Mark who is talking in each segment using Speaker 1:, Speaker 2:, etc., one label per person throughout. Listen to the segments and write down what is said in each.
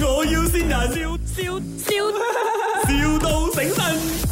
Speaker 1: 要先人，笑笑笑，,笑到醒神。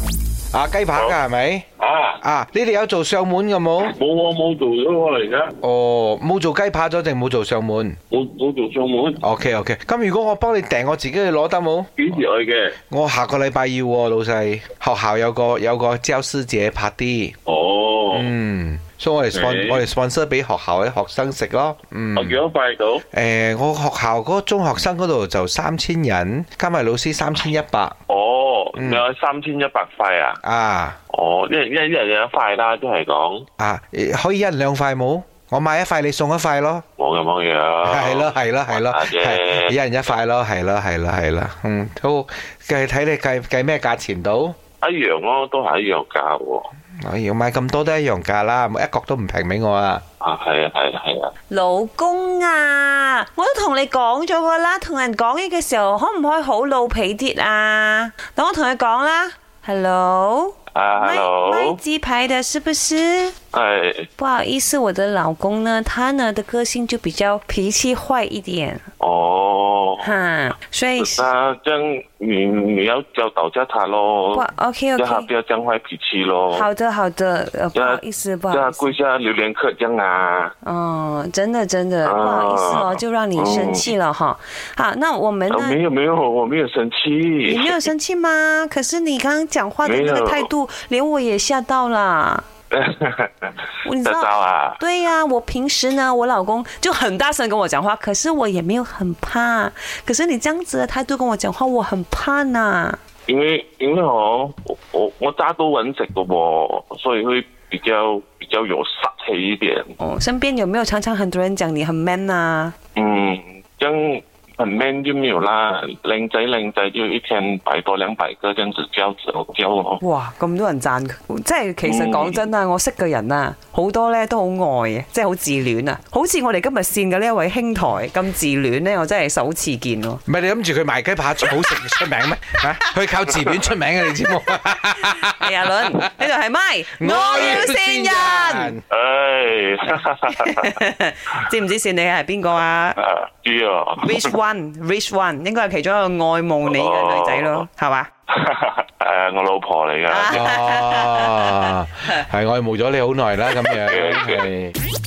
Speaker 2: 啊雞扒㗎係咪？
Speaker 3: 啊，
Speaker 2: 啊，你哋有做上門嘅冇？
Speaker 3: 冇我冇做咗喎，而家
Speaker 2: 哦，冇做雞扒咗定冇做上門
Speaker 3: 冇冇做上門，
Speaker 2: ？OK OK，咁如果我幫你訂我自己去攞得冇？
Speaker 3: 幾時去嘅？
Speaker 2: 我下個禮拜要喎、老細。學校有個有個教師節拍啲，
Speaker 3: 哦，
Speaker 2: 嗯，所以我哋 spon
Speaker 3: 誒哦
Speaker 2: 我哋 sponsor 俾學校啲學生食咯，嗯
Speaker 3: 我。幾多塊到？
Speaker 2: 誒、我學校嗰個中學生嗰度就三千人，加埋老師三千一百
Speaker 3: 哦，
Speaker 2: 嗯
Speaker 3: 你有三千一百塊啊？
Speaker 2: 啊
Speaker 3: 哦，一人一人一人一塊啦，都係講
Speaker 2: 啊！誒可以一人兩塊冇？我買一塊你送一塊咯，
Speaker 3: 冇咁樣樣。
Speaker 2: 係咯係咯係咯，
Speaker 3: 啊
Speaker 2: 係
Speaker 3: 啫
Speaker 2: 一人一塊咯，係咯係咯係咯，嗯，好計睇你計計咩價錢到？
Speaker 3: 一樣咯，都係一樣價喎。
Speaker 2: 我要買咁多都一樣價啦，一角都唔平俾我啊！
Speaker 3: 啊，係啊，係啊，係啊。
Speaker 4: 老公啊，我都同你講咗噶啦，同人講嘢嘅時候可唔可以好老皮啲啊？等我同佢講啦。Hello，
Speaker 3: 啊
Speaker 4: 卖
Speaker 3: ，hello，
Speaker 4: 鸡排的，是不是？
Speaker 3: 係，
Speaker 4: 不好意思，我的老公呢，他呢的个性就比较脾氣壞一點，
Speaker 3: 哦，啊嗯
Speaker 4: 哈，所以是
Speaker 3: 那這樣你你要教導教他
Speaker 4: 不
Speaker 3: 咯，
Speaker 4: ，OK
Speaker 3: 叫他
Speaker 4: OK，
Speaker 3: 不要這樣壞脾氣咯，
Speaker 4: 好的好的，呃，不好意思不
Speaker 3: 叫他
Speaker 4: 好意思，
Speaker 3: 跪下榴蓮客這樣啊。
Speaker 4: 哦，真的真的不好意思哦，就讓你生氣了哈。好，那我们
Speaker 3: 哦，
Speaker 4: 呢？
Speaker 3: 没有没有，我没有生
Speaker 4: 你
Speaker 3: 气。
Speaker 4: 没有生气吗？可是你刚刚讲话的那
Speaker 3: 没
Speaker 4: 个
Speaker 3: 有
Speaker 4: 态度，连我也吓到了。
Speaker 3: 大
Speaker 4: 你知
Speaker 3: 招
Speaker 4: 道？
Speaker 3: 啊！
Speaker 4: 对呀、我平时呢，我老公就很大声跟我讲话，可是我也没有很怕。可是你这样子的态度跟我讲话，我很怕呢。
Speaker 3: 因为因为哦，我我我大多揾食噶喎，所以会比较比较有杀气一点。
Speaker 4: 哦，身边有没有常常很多人讲你很 man 啊？
Speaker 3: 嗯，这样很 man 就没有啦，靓仔靓仔就一天百多两百个这样子交走交哦。
Speaker 4: 哇，咁多人讚佢，即係其實講真
Speaker 3: 嗯
Speaker 4: 啊，我識嘅人啊，好多咧都好愛嘅，即係好自戀啊。好似我哋今日線嘅呢一位兄台咁自戀咧，我真係首次見咯。
Speaker 2: 唔係你諗住佢賣雞扒好食唔出名咩？嚇，佢靠自戀出名嘅，你知冇？
Speaker 4: 係阿 倫，呢度係咪？我要線人，
Speaker 3: 唉，哈哈哈哈
Speaker 4: 知唔知線你係邊個啊
Speaker 3: 啊知啊，
Speaker 4: ？Rich One，Rich One，應該係其中一個愛慕你嘅女仔咯，係嘛？
Speaker 3: 诶，我老婆嚟噶。
Speaker 2: Ờ. 哦，係我哋冇咗你好耐啦，咁樣係。